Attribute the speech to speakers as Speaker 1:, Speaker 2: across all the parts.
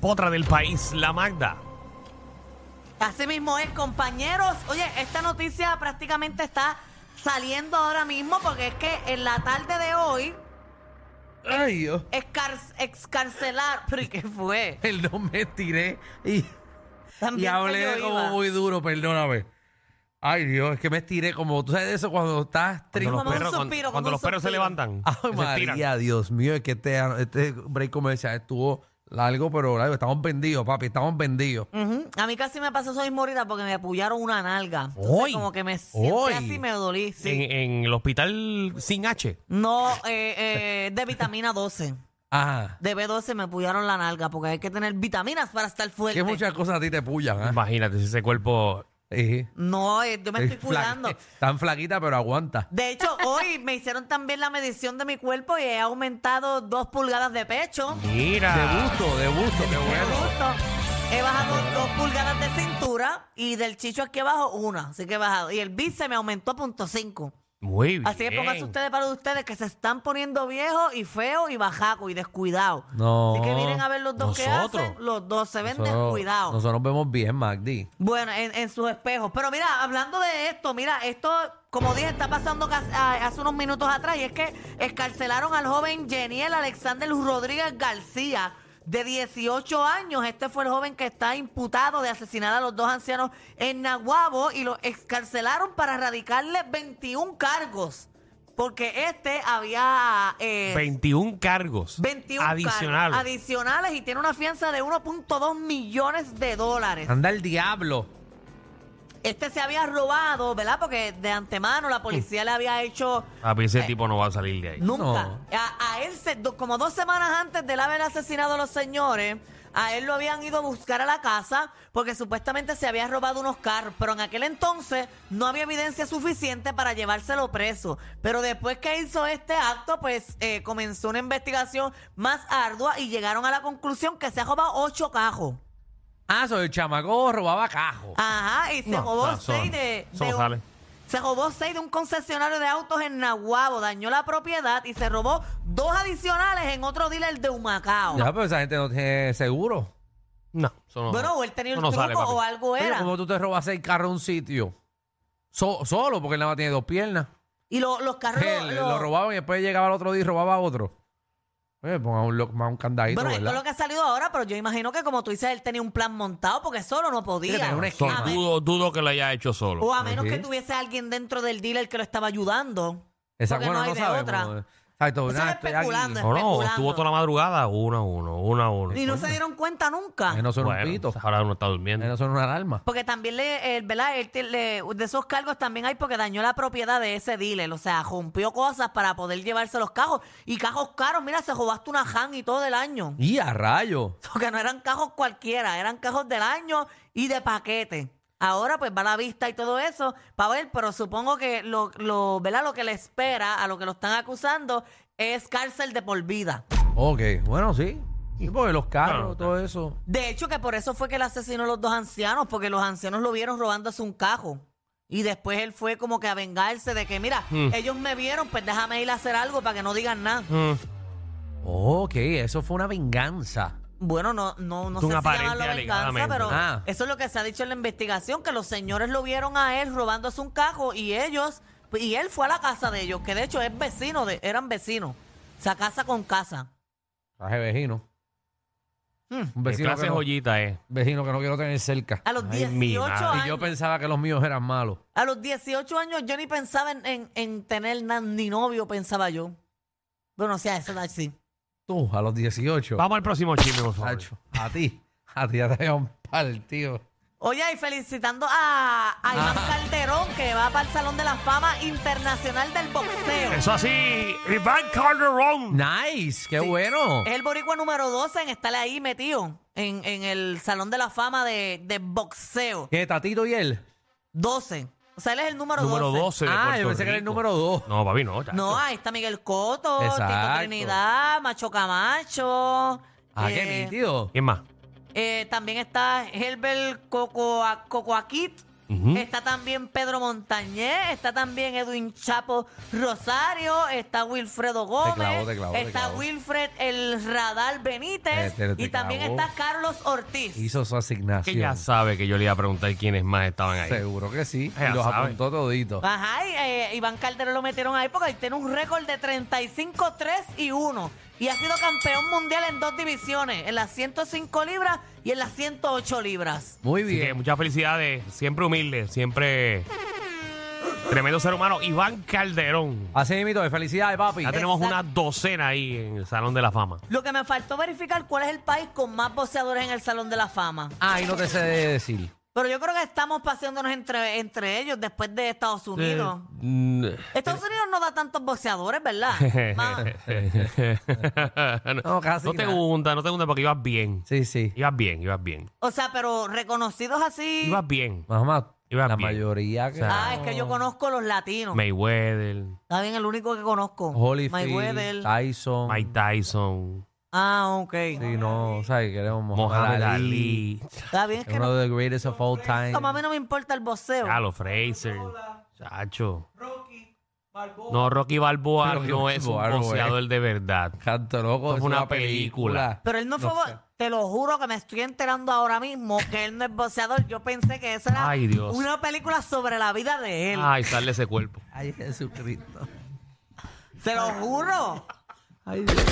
Speaker 1: potra del país, la Magda.
Speaker 2: Así mismo es, compañeros. Oye, esta noticia prácticamente está saliendo ahora mismo porque es que en la tarde de hoy
Speaker 3: Ay, Dios.
Speaker 2: excar excarcelar. ¿Pero y qué fue?
Speaker 3: Perdón, me estiré y, y
Speaker 2: También que
Speaker 3: hablé
Speaker 2: yo
Speaker 3: como
Speaker 2: iba.
Speaker 3: muy duro, perdóname. Ay, Dios, es que me estiré como. ¿Tú sabes de eso cuando estás triste?
Speaker 2: Como un
Speaker 1: cuando-
Speaker 2: suspiro,
Speaker 1: cuando
Speaker 2: como un
Speaker 1: los perros se
Speaker 2: suspiro.
Speaker 1: levantan.
Speaker 3: Ay,
Speaker 1: se estiran.
Speaker 3: María, Dios mío, es que este, este break comercial estuvo largo, pero largo. Estamos vendidos, papi, estamos vendidos.
Speaker 2: Ujú. A mí casi me pasó eso mismo ahorita porque me apullaron una nalga. Entonces,
Speaker 3: Hoy.
Speaker 2: Como que me siempre
Speaker 3: Hoy.
Speaker 2: así me dolí. sí.
Speaker 1: En, en el hospital sin H.
Speaker 2: No, eh, eh, de vitamina 12.
Speaker 3: Ajá.
Speaker 2: De B12 me apullaron la nalga porque hay que tener vitaminas para estar fuerte.
Speaker 3: Que muchas cosas a ti te pullan, ¿ah?
Speaker 1: Imagínate si ese cuerpo.
Speaker 3: Sí.
Speaker 2: No, eh, yo me estoy
Speaker 3: Es fla-
Speaker 2: cuidando.
Speaker 3: Tan flaquita, pero aguanta.
Speaker 2: De hecho, hoy me hicieron también la medición de mi cuerpo y he aumentado dos pulgadas de pecho.
Speaker 3: De
Speaker 1: Mira.
Speaker 3: gusto, de gusto, qué
Speaker 2: Me
Speaker 3: bueno.
Speaker 2: gusta. He bajado dos pulgadas de cintura y del chicho aquí abajo una. Así que he bajado. Y el bíceps me aumentó a punto cinco.
Speaker 1: Muy bien.
Speaker 2: Así que pónganse ustedes para los de ustedes que se están poniendo viejos y feos y bajacos y descuidados.
Speaker 3: No.
Speaker 2: Así que miren a ver los dos que
Speaker 1: Nosotros.
Speaker 2: hacen. Los dos se ven
Speaker 3: Nosotros-
Speaker 2: descuidados.
Speaker 3: Nosotros nos vemos bien, Magdi.
Speaker 2: Bueno, en, en sus espejos. Pero mira, hablando de esto, mira, esto, como dije, está pasando cas- a- hace unos minutos atrás y es que escarcelaron al joven Geniel Alexander Rodríguez García, de 18 años. Este fue el joven que está imputado de asesinar a los dos ancianos en Nahuabo y lo escarcelaron para erradicarle 21 cargos. Porque este había... eh,
Speaker 1: 21 cargos.
Speaker 2: 21 cargos
Speaker 1: adicionales.
Speaker 2: adicionales y tiene una fianza de 1.2 millones de dólares.
Speaker 3: Anda el diablo.
Speaker 2: Este se había robado, ¿verdad? Porque de antemano la policía le había hecho
Speaker 1: Papi, ese tipo no va a salir de ahí.
Speaker 2: nunca.
Speaker 3: No.
Speaker 2: A, a él, se- do- como dos semanas antes de él haber asesinado a los señores, a él lo habían ido a buscar a la casa porque supuestamente se había robado unos carros. Pero en aquel entonces no había evidencia suficiente para llevárselo preso. Pero después que hizo este acto, pues eh, comenzó una investigación más ardua y llegaron a la conclusión que se ha robado ocho cajos.
Speaker 3: Ah, soy el chamaco, robaba cajo.
Speaker 2: Ah, Ajá, y se
Speaker 1: No,
Speaker 2: robó
Speaker 1: no, eso
Speaker 2: seis
Speaker 1: no,
Speaker 2: de,
Speaker 1: eso no
Speaker 2: de un-
Speaker 1: sale.
Speaker 2: se robó seis de un concesionario de autos en Nahuabo, dañó la propiedad y se robó dos adicionales en otro dealer de Humacao.
Speaker 3: Ya, pero esa gente no tiene seguro.
Speaker 1: No, eso no.
Speaker 2: Bueno, o él tenía un
Speaker 1: Eso no
Speaker 2: truco
Speaker 1: sale, papi.
Speaker 2: o algo
Speaker 3: Pero
Speaker 2: era.
Speaker 3: ¿Cómo tú te robas seis carros a un sitio? So- solo, porque él nada más tiene dos piernas.
Speaker 2: Y lo- los carros...
Speaker 3: Él,
Speaker 2: lo-
Speaker 3: lo,
Speaker 2: lo-
Speaker 3: robaban y después llegaba el otro día y robaba a otro. Oye, ponga un, lock- más un candadito,
Speaker 2: bueno, esto es lo
Speaker 3: ¿verdad?
Speaker 2: que ha salido ahora, pero yo imagino que como tú dices, él tenía un plan montado porque solo no podía.
Speaker 3: Tiene que tener un
Speaker 1: Eso
Speaker 3: esquema.
Speaker 2: A men-
Speaker 1: dudo, dudo que lo haya hecho solo.
Speaker 2: o a menos que
Speaker 3: Ujú.
Speaker 2: tuviese alguien dentro del dealer que lo estaba ayudando.
Speaker 3: Esa,
Speaker 2: porque
Speaker 3: bueno,
Speaker 2: no
Speaker 3: no,
Speaker 2: hay de
Speaker 3: sabemos.
Speaker 2: otra.
Speaker 3: Exacto,
Speaker 2: Eso
Speaker 3: nada,
Speaker 2: es
Speaker 3: estoy
Speaker 2: especulando,
Speaker 3: aquí.
Speaker 1: no, no,
Speaker 2: especulando.
Speaker 1: estuvo toda la madrugada, uno a uno, uno a uno.
Speaker 2: Y no se dieron cuenta nunca.
Speaker 3: Ahí no son
Speaker 1: Bueno,
Speaker 3: un pito.
Speaker 1: ahora uno está
Speaker 3: Ahí
Speaker 1: durmiendo.
Speaker 3: no son una alarma.
Speaker 2: Porque también, le, el, ¿verdad? Él te- le- de esos cargos también hay porque dañó la propiedad de ese dealer. O sea, rompió cosas para poder llevarse los cajos. Y cajos caros, mira, se robaste una Han y todo del año.
Speaker 3: Y a rayo.
Speaker 2: Porque no eran cajos cualquiera, eran cajos del año y de paquete. Ahora pues va la vista y todo eso para ver, pero supongo que lo, lo, ¿verdad? lo que le espera a lo que lo están acusando es cárcel de por vida.
Speaker 3: Ok, bueno, sí. Sí, porque los carros,
Speaker 1: no,
Speaker 3: todo eso.
Speaker 2: De hecho, que por eso fue que él asesinó a los dos ancianos, porque los ancianos lo vieron robándose un cajo. Y después él fue como que a vengarse de que, mira,
Speaker 1: Hmm.
Speaker 2: ellos me vieron, pues déjame ir a hacer algo para que no digan nada.
Speaker 1: Mm.
Speaker 3: Ok, eso fue una venganza.
Speaker 2: Bueno, no, no, no
Speaker 1: Es
Speaker 2: sé
Speaker 1: un
Speaker 2: si
Speaker 1: aparente,
Speaker 2: llamarlo venganza,
Speaker 1: alegadamente.
Speaker 2: pero
Speaker 3: Ah.
Speaker 2: eso es lo que se ha dicho en la investigación, que los señores lo vieron a él robándose un cajo y ellos, y él fue a la casa de ellos, que de hecho es vecino, de, eran vecinos. O sea, casa con casa.
Speaker 3: Traje vecino.
Speaker 2: Hmm.
Speaker 3: Un
Speaker 1: ¿Qué
Speaker 3: vecino
Speaker 1: clase
Speaker 3: que,
Speaker 1: de
Speaker 3: no,
Speaker 1: joyita es?
Speaker 3: vecino que no quiero tener cerca.
Speaker 2: A los
Speaker 1: Ay, mi
Speaker 2: 18
Speaker 1: madre.
Speaker 2: años.
Speaker 3: Y yo pensaba que los míos eran malos.
Speaker 2: A los 18 años yo ni pensaba en, en- en tener na- ni novio, pensaba yo. Bueno, o sea, eso edad sí.
Speaker 3: Tú, a los 18.
Speaker 1: Vamos al próximo chisme, por favor.
Speaker 3: Tacho, a ti. A ti ya te habían partido.
Speaker 2: Oye, y felicitando a, a Iván
Speaker 3: Ah.
Speaker 2: Calderón, que va para el Salón de la Fama Internacional del Boxeo. Es
Speaker 1: Eso así, Iván Calderón.
Speaker 3: Nice, qué bueno.
Speaker 1: Eh.
Speaker 2: el boricua número 12 en estar ahí metido en, en el Salón de la Fama de, de Boxeo.
Speaker 3: ¿Qué, Eh, Tatito y él?
Speaker 2: 12. O sea, él es el número,
Speaker 1: Número
Speaker 2: 12.
Speaker 1: 12 de
Speaker 3: ah,
Speaker 1: Puerto
Speaker 3: yo pensé que era el
Speaker 1: Rico.
Speaker 3: número 2.
Speaker 1: No, papi, no. ah, chacho.
Speaker 2: No, ahí está Miguel Coto, Tito
Speaker 3: Exacto.
Speaker 2: Trinidad, Macho Camacho.
Speaker 3: Ah, qué
Speaker 2: eh,
Speaker 3: nítido.
Speaker 1: ¿Quién más?
Speaker 2: Eh, también está Herbert Cocoa- Cocoakit. Está también Pedro Montañez, está también Edwin Chapo Rosario, está Wilfredo Gómez,
Speaker 3: clavó, te clavó, te
Speaker 2: está
Speaker 3: clavó.
Speaker 2: Wilfred El Radar Benítez
Speaker 3: Este, te
Speaker 2: y también
Speaker 3: clavó.
Speaker 2: está Carlos Ortiz.
Speaker 3: Hizo su
Speaker 1: Que ya
Speaker 3: asignación.
Speaker 1: sabe que yo le iba a preguntar quiénes más estaban ahí.
Speaker 3: Seguro que sí.
Speaker 1: Ya
Speaker 3: Y los
Speaker 1: sabe.
Speaker 3: apuntó toditos.
Speaker 2: Ajá, y, eh, Iván Calderón lo metieron ahí porque él tiene un récord de 35, 3 y 1. Y ha sido campeón mundial en dos divisiones, en las 105 libras y en las 108 libras.
Speaker 3: Muy
Speaker 1: Así que
Speaker 3: bien.
Speaker 1: muchas felicidades, siempre humilde, siempre tremendo ser humano. Iván Calderón.
Speaker 3: Así mismo, felicidades, papi.
Speaker 1: Ya tenemos
Speaker 2: Exacto.
Speaker 1: una docena ahí en el Salón de la Fama.
Speaker 2: Lo que me faltó verificar cuál es el país con más boxeadores en el Salón de la Fama.
Speaker 3: Eh, Ay, no te sé decir.
Speaker 2: Pero yo creo que estamos paseándonos entre, entre ellos después de Estados Unidos. Estados Unidos no da tantos boxeadores, ¿verdad? Ma-
Speaker 3: No, casi
Speaker 1: no te
Speaker 3: nada.
Speaker 1: hundas, no te hundas porque ibas bien.
Speaker 3: Sí, sí.
Speaker 1: Ibas bien, ibas bien.
Speaker 2: o sea, pero reconocidos así.
Speaker 1: Ibas bien.
Speaker 3: Más o menos,
Speaker 1: Ibas
Speaker 3: la
Speaker 1: bien.
Speaker 3: mayoría que.
Speaker 2: Ah, es que yo conozco los latinos.
Speaker 1: Mayweather,
Speaker 2: Está bien, el único que conozco.
Speaker 3: Holyfield,
Speaker 2: Mayweather.
Speaker 3: Tyson.
Speaker 1: Mike Tyson,
Speaker 2: Ah, ok.
Speaker 3: Sí, no, o sea, que queremos
Speaker 1: Mohamed Ali,
Speaker 2: Está bien, es que
Speaker 3: Uno
Speaker 2: no,
Speaker 3: de los greatest of all time.
Speaker 2: a mí no me importa el boxeo.
Speaker 1: Carlos Fraser, Chacho. No, Rocky Balboa
Speaker 3: Rocky
Speaker 1: no es un
Speaker 3: Balboa, no, eh.
Speaker 1: boxeador de verdad.
Speaker 3: Canto
Speaker 1: Esto
Speaker 3: loco. es
Speaker 1: fue
Speaker 3: una
Speaker 1: una película.
Speaker 3: película.
Speaker 2: Pero él no fue... bo- Te lo juro que me estoy enterando ahora mismo que él no es boxeador. Yo pensé que esa era
Speaker 1: Ay, Dios.
Speaker 2: una película sobre la vida de él.
Speaker 1: Ay, sale ese cuerpo.
Speaker 3: Ay, Jesucristo.
Speaker 2: Se lo juro.
Speaker 3: Ay, Dios.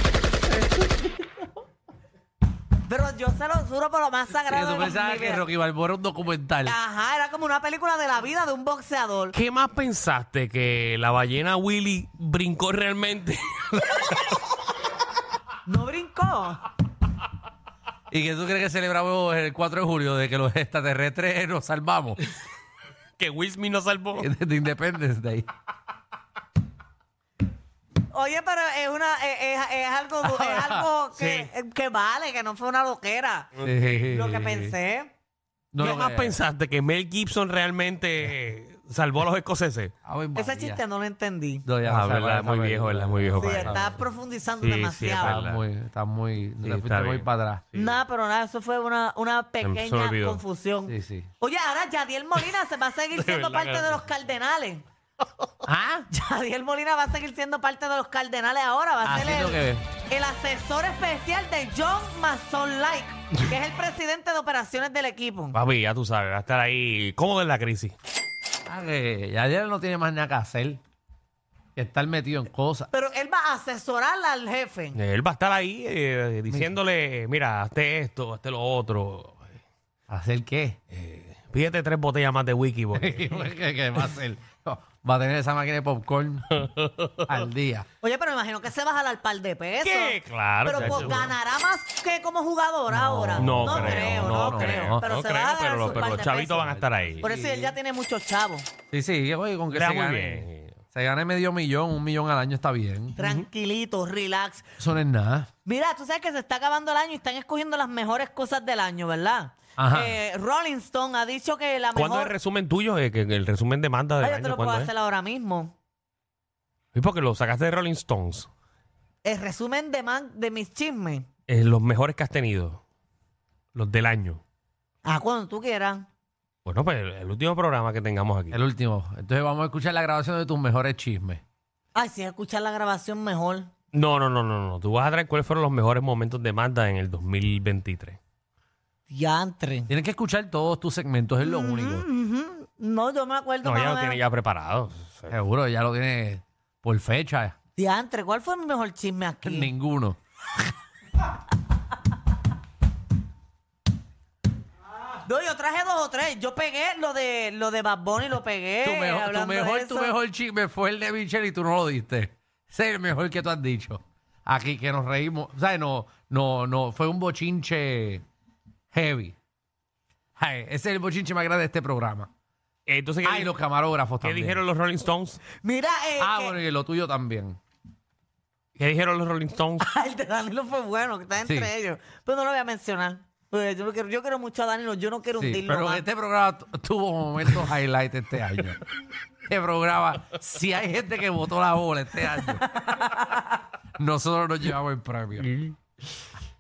Speaker 2: Pero yo se lo juro por lo más
Speaker 3: Que
Speaker 2: sagrado.
Speaker 3: tú
Speaker 2: de
Speaker 3: pensabas
Speaker 2: mi
Speaker 3: que
Speaker 2: vida.
Speaker 3: Rocky Balboa era un documental.
Speaker 2: Ajá, era como una película de la vida de un boxeador.
Speaker 1: ¿Qué más pensaste? ¿Que la ballena Willy brincó realmente?
Speaker 2: No brincó.
Speaker 3: ¿Y que tú crees que celebramos el 4 de julio de que los extraterrestres nos salvamos
Speaker 1: ¿Que Will Smith no salvó?
Speaker 3: de Independence Day?
Speaker 2: Oye, pero es una es, es- es algo es algo que, que vale, que no fue una loquera. Lo que pensé.
Speaker 3: No
Speaker 1: ¿Qué
Speaker 3: lo
Speaker 1: más
Speaker 3: creas.
Speaker 1: pensaste? ¿Que Mel Gibson realmente eh, salvó a los escoceses?
Speaker 3: Ave
Speaker 2: Ese
Speaker 3: María.
Speaker 2: chiste no lo entendí.
Speaker 3: No, ya
Speaker 1: Ah,
Speaker 3: no,
Speaker 1: verdad,
Speaker 3: esa
Speaker 1: muy viejo,
Speaker 3: película.
Speaker 1: verdad, muy viejo
Speaker 2: Sí,
Speaker 1: para
Speaker 2: estás profundizando
Speaker 1: Sí, sí, es
Speaker 2: demasiado.
Speaker 1: verdad.
Speaker 3: Está muy, está muy, te
Speaker 1: está
Speaker 3: fuiste muy
Speaker 1: bien.
Speaker 3: para atrás.
Speaker 2: nada, pero nada, eso fue una, una
Speaker 1: me
Speaker 2: pequeña
Speaker 1: olvidó.
Speaker 2: confusión.
Speaker 3: Sí, sí.
Speaker 2: Oye, ahora Yadiel Molina se va a seguir
Speaker 1: De
Speaker 2: siendo
Speaker 1: verdad
Speaker 2: parte
Speaker 1: que-
Speaker 2: de los Cardenales.
Speaker 3: ¿Ah?
Speaker 2: Yadiel Molina va a seguir siendo parte de los Cardenales ahora. Va a
Speaker 1: Ah,
Speaker 2: ser
Speaker 3: Haciendo
Speaker 2: el,
Speaker 3: Ah, que-
Speaker 2: el asesor especial de John Mason Like, que es el presidente de operaciones del equipo.
Speaker 1: Papi, ya tú sabes, va a estar ahí cómodo en la crisis.
Speaker 3: Ah, que ya él no tiene más nada que hacer que estar metido en cosas.
Speaker 2: Pero él va a asesorar al jefe.
Speaker 1: Él va a estar ahí eh, diciéndole, mira, hazte esto, hazte lo otro.
Speaker 3: ¿Hacer qué?
Speaker 1: Pídete tres botellas más de whisky. porque-
Speaker 3: ¿Qué, qué va a hacer? Va a tener esa máquina de popcorn al día.
Speaker 2: Oye, pero me imagino que se baja al par de pesos.
Speaker 1: ¿Qué? Claro,
Speaker 2: Pero
Speaker 1: ya
Speaker 2: pues,
Speaker 1: seguro.
Speaker 2: ganará más que como jugador ahora.
Speaker 1: No, creo, no, creo.
Speaker 2: Pero
Speaker 1: no
Speaker 2: se
Speaker 1: creo,
Speaker 2: va a ganar
Speaker 1: pero,
Speaker 2: su
Speaker 1: los- pero
Speaker 2: par
Speaker 1: los
Speaker 2: de
Speaker 1: chavitos
Speaker 2: pesos.
Speaker 1: van a estar ahí.
Speaker 2: Por eso él ya tiene muchos chavos.
Speaker 3: Sí, sí, oye, con que
Speaker 1: Está
Speaker 3: se
Speaker 1: muy
Speaker 3: gane.
Speaker 1: bien.
Speaker 3: Se gane medio millón, un millón al año está bien.
Speaker 2: Tranquilito, relax.
Speaker 3: Eso no es nada.
Speaker 2: Mira, tú sabes que se está acabando el año y están escogiendo las mejores cosas del año, ¿verdad?
Speaker 3: Ajá.
Speaker 2: Eh, Rolling Stone ha dicho que la
Speaker 1: ¿Cuándo es
Speaker 2: mejor...
Speaker 1: el resumen tuyo? Eh, que- que El resumen de manda del
Speaker 2: Ay, yo te
Speaker 1: año.
Speaker 2: lo puedo
Speaker 1: ¿Cuándo es?
Speaker 2: hacer ahora mismo.
Speaker 1: Sí, porque lo sacaste de Rolling Stones.
Speaker 2: El resumen de, man- de mis chismes.
Speaker 1: Eh, los mejores que has tenido. Los del año.
Speaker 2: Ah, cuando tú quieras.
Speaker 1: Bueno, pues el, el último programa que tengamos aquí.
Speaker 3: El último. Entonces vamos a escuchar la grabación de tus mejores chismes.
Speaker 2: Ay, si escuchar la grabación mejor.
Speaker 1: No, no, no, no, no. Tú vas a traer cuáles fueron los mejores momentos de Manda en el 2023.
Speaker 2: Diantre.
Speaker 3: Tienes que escuchar todos tus segmentos, es lo único.
Speaker 2: Ujú. No, yo me acuerdo
Speaker 1: No,
Speaker 2: más
Speaker 1: ya
Speaker 2: o
Speaker 1: lo tiene
Speaker 2: menos.
Speaker 1: ya preparado. Sí.
Speaker 3: Seguro, ya lo tiene por fecha.
Speaker 2: Diantre, ¿cuál fue mi mejor chisme aquí?
Speaker 3: Ninguno.
Speaker 2: No, yo traje dos o tres. Yo pegué lo de lo de Bad Bunny, lo pegué.
Speaker 3: tu mejor, tu
Speaker 2: Eh, hablando de
Speaker 3: mejor, tu
Speaker 2: eso.
Speaker 3: mejor chisme fue el de Michelle y tú no lo diste. Ese es el mejor que tú has dicho. Aquí que nos reímos. ¿Sabes? No, no, no. Fue un bochinche heavy. Ay, ese es el bochinche más grande de este programa.
Speaker 1: Entonces, ¿qué,
Speaker 3: Ay,
Speaker 1: di-
Speaker 3: los camarógrafos
Speaker 1: qué
Speaker 3: también.
Speaker 1: dijeron los Rolling Stones?
Speaker 2: Mira, eh,
Speaker 3: Ah,
Speaker 2: que-
Speaker 3: bueno, y lo tuyo también.
Speaker 1: ¿Qué dijeron los Rolling Stones?
Speaker 2: el de Danilo fue bueno, que está entre
Speaker 3: Sí.
Speaker 2: ellos. Pero no lo voy a mencionar. Pues yo, quiero, yo quiero mucho a Danilo, yo no quiero
Speaker 3: Sí,
Speaker 2: hundirlo
Speaker 3: pero
Speaker 2: más.
Speaker 3: este programa tu- tuvo momentos highlight este año. Este programa, si hay gente que votó la bola este año, nosotros nos llevamos el premio.
Speaker 2: Mm.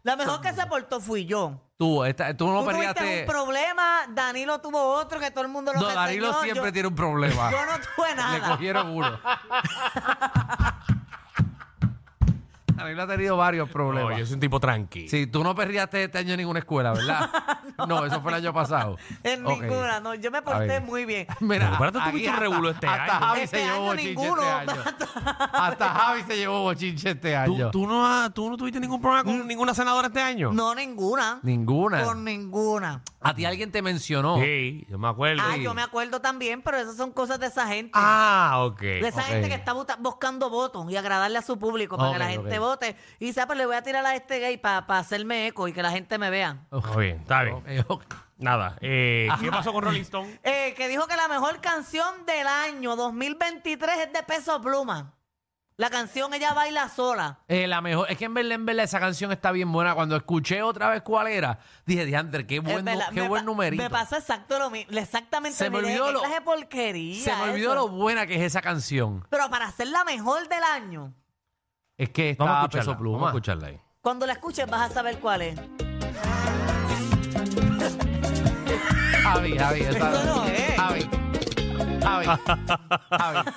Speaker 2: La mejor que se portó fui yo.
Speaker 3: Tú, esta- tú no
Speaker 2: Tú tuviste
Speaker 3: perdiste.
Speaker 2: un problema, Danilo tuvo otro que todo el mundo lo
Speaker 3: No, Danilo
Speaker 2: reseñó,
Speaker 3: siempre
Speaker 2: yo-
Speaker 3: tiene un problema.
Speaker 2: Yo no tuve
Speaker 3: Ah. Le
Speaker 2: nada.
Speaker 3: cogieron uno. Danilo ha tenido varios
Speaker 1: No, yo
Speaker 3: problemas.
Speaker 1: soy un tipo tranqui.
Speaker 3: Sí, tú no perreaste este año en ninguna escuela, ¿verdad? no, eso fue el año pasado.
Speaker 2: En
Speaker 3: Ok.
Speaker 2: ninguna, no. Yo me
Speaker 3: ver. Ah.
Speaker 2: porté muy bien.
Speaker 1: Pero
Speaker 3: Mira,
Speaker 1: espérate, tú
Speaker 3: aquí
Speaker 1: viste un
Speaker 3: hasta-
Speaker 1: revuelo este
Speaker 3: hasta
Speaker 1: año.
Speaker 3: Javi se
Speaker 2: Este
Speaker 3: llevó
Speaker 2: año
Speaker 3: bochinche
Speaker 2: ninguno.
Speaker 3: este año. Hasta Javi se llevó bochinche este año.
Speaker 1: ¿Tú, tú no, ha- tú no tuviste ningún problema con ninguna senadora este año?
Speaker 2: No, ninguna.
Speaker 3: Ninguna.
Speaker 2: Con ninguna.
Speaker 3: A ti alguien te mencionó.
Speaker 1: Sí, yo me acuerdo.
Speaker 2: Ah, yo me acuerdo también, pero esas son cosas de esa gente.
Speaker 1: Ah, ok.
Speaker 2: de esa
Speaker 3: ok.
Speaker 2: gente que está buta- buscando votos y agradarle a su público para que la
Speaker 3: Ok,
Speaker 2: gente
Speaker 3: ok.
Speaker 2: vote. Y dice, ah, pues le voy a tirar a este gay para hacerme eco y que la gente me vea.
Speaker 1: Está bien, está bien.
Speaker 3: Ok, ok.
Speaker 1: Nada. eh, ¿Qué pasó con Rolling Stone?
Speaker 2: Eh, que dijo que la mejor canción del año 2023 es de Peso Pluma. La canción Ella Baila Sola.
Speaker 3: Eh, la mejor, es que en verdad, en verdad, esa canción está bien buena. Cuando escuché otra vez cuál era, dije, diantre, qué
Speaker 2: Es
Speaker 3: buen, nu-
Speaker 2: verdad,
Speaker 3: qué
Speaker 2: me
Speaker 3: buen
Speaker 2: pa-
Speaker 3: numerito.
Speaker 2: Me pasó exacto lo mismo. Exactamente
Speaker 3: Se me
Speaker 2: mismo.
Speaker 3: olvidó
Speaker 2: Qué
Speaker 3: lo-
Speaker 2: clase de porquería
Speaker 3: Se me olvidó
Speaker 2: eso.
Speaker 3: lo buena que es esa canción.
Speaker 2: Pero para ser la mejor del año,
Speaker 3: Es que
Speaker 1: Vamos a
Speaker 3: está
Speaker 1: escucharla,
Speaker 3: peso pluma.
Speaker 1: vamos a escucharla ahí.
Speaker 2: cuando la escuches vas a saber cuál es.
Speaker 3: Javi, Javi, esa-
Speaker 2: Eso no es.
Speaker 3: Javi. Javi. Javi.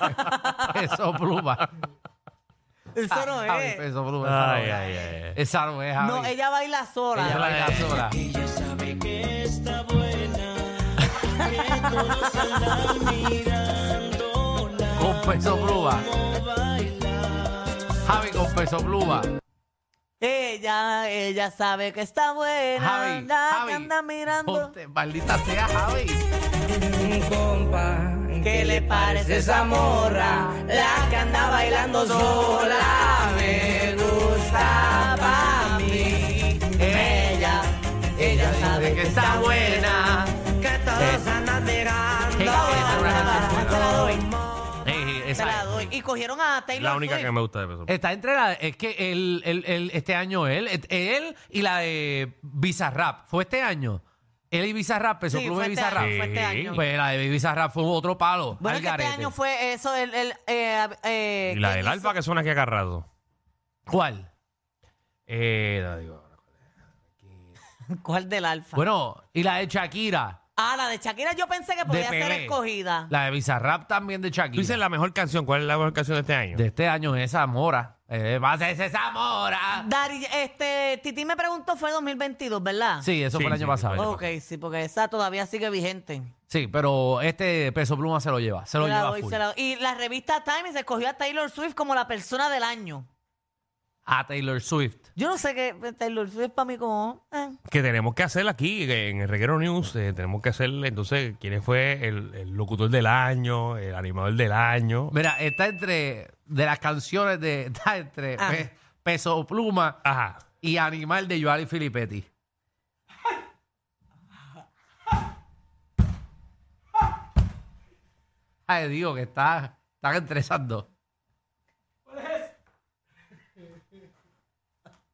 Speaker 3: Peso pluma.
Speaker 2: Eso
Speaker 3: Ah,
Speaker 2: no es.
Speaker 3: Javi, peso pluma. esa no
Speaker 1: Ay,
Speaker 3: es.
Speaker 1: ay, ay, ay.
Speaker 3: Esa no es, Javi.
Speaker 2: No, ella baila sola.
Speaker 3: Ella baila
Speaker 1: eh.
Speaker 3: sola. Con peso pluma. Javi con peso pluma.
Speaker 2: Ella, ella sabe que está buena.
Speaker 3: Javi,
Speaker 2: anda, que
Speaker 3: Javi.
Speaker 2: anda mirando.
Speaker 3: Ponte, maldita sea, Javi.
Speaker 2: ¿Qué le parece esa morra? La que anda bailando sola. Me gustaba a mí. Ella, ella sabe que está buena. Que todos andan tirando.
Speaker 3: Eh, esa no es la
Speaker 2: Te la doy,
Speaker 3: Eh,
Speaker 2: te
Speaker 3: esa
Speaker 2: la
Speaker 3: es.
Speaker 2: doy. Y cogieron a Taylor
Speaker 1: La única
Speaker 2: Swift.
Speaker 1: que me gusta de peso.
Speaker 3: Está entre la. Es que él, él- él- este año él, él y la de Bizarrap. ¿Fue este año? Él y Bizarrap, peso
Speaker 2: Sí,
Speaker 3: pluma
Speaker 2: fue
Speaker 3: y
Speaker 2: este
Speaker 3: Bizarrap.
Speaker 2: año, fue este
Speaker 1: Sí.
Speaker 2: año.
Speaker 3: Pues la de Bizarrap fue otro palo.
Speaker 2: Bueno,
Speaker 3: al
Speaker 2: es que este
Speaker 3: garete.
Speaker 2: año fue eso, el... el eh, eh,
Speaker 1: Y la
Speaker 2: que
Speaker 1: del
Speaker 2: hizo-
Speaker 1: alfa que suena aquí agarrado.
Speaker 3: ¿Cuál?
Speaker 1: Eh, la digo. ahora.
Speaker 2: ¿Cuál del alfa?
Speaker 3: Bueno, y la de Shakira.
Speaker 2: ah, la de Shakira yo pensé que podía ser
Speaker 3: Pelé.
Speaker 2: escogida.
Speaker 3: La de Bizarrap también de
Speaker 1: Tú dices
Speaker 3: Shakira.
Speaker 1: la mejor canción. ¿Cuál es la mejor canción de este año?
Speaker 3: De este año es esa mora. Eh, va a ser esa mora.
Speaker 2: Dari, este, Titi me preguntó, fue 2022, ¿verdad?
Speaker 3: Sí, eso
Speaker 1: Sí,
Speaker 3: fue el año
Speaker 1: sí,
Speaker 3: pasado.
Speaker 1: fue el año
Speaker 2: Ok, sí, porque esa todavía sigue vigente.
Speaker 3: Sí, pero este peso pluma se lo lleva. Se lo
Speaker 2: Se la
Speaker 3: lleva.
Speaker 2: doy,
Speaker 3: full.
Speaker 2: se la doy. Y la revista Time se escogió a Taylor Swift como la persona del año.
Speaker 3: A Taylor Swift.
Speaker 2: Yo no sé qué, Taylor Swift para mí como... eh.
Speaker 1: que tenemos que hacer aquí eh, en el Reguero News. eh, tenemos que hacer entonces quién fue el, el locutor del año, el animador del año.
Speaker 3: Mira, está entre. De las canciones de. Está entre
Speaker 2: Ah.
Speaker 3: Pe- peso pluma
Speaker 1: Ajá.
Speaker 3: y animal de Joali Filippetti. Ay, digo que está. Están entre esas dos.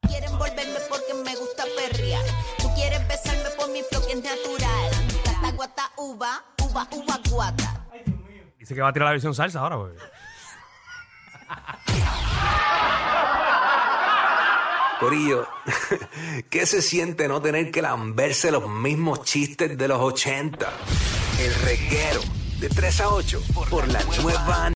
Speaker 4: Quieren volverme porque me gusta perrear. Tú quieres besarme por mi flow que es natural. Gata, guata, uva, uva, uva, guata.
Speaker 1: Dice que va a tirar la versión salsa ahora. pues. güey.
Speaker 5: Corillo, ¿qué se siente no tener que lamberse los mismos chistes de los 80? El reguero de 3 a 8 por la nueva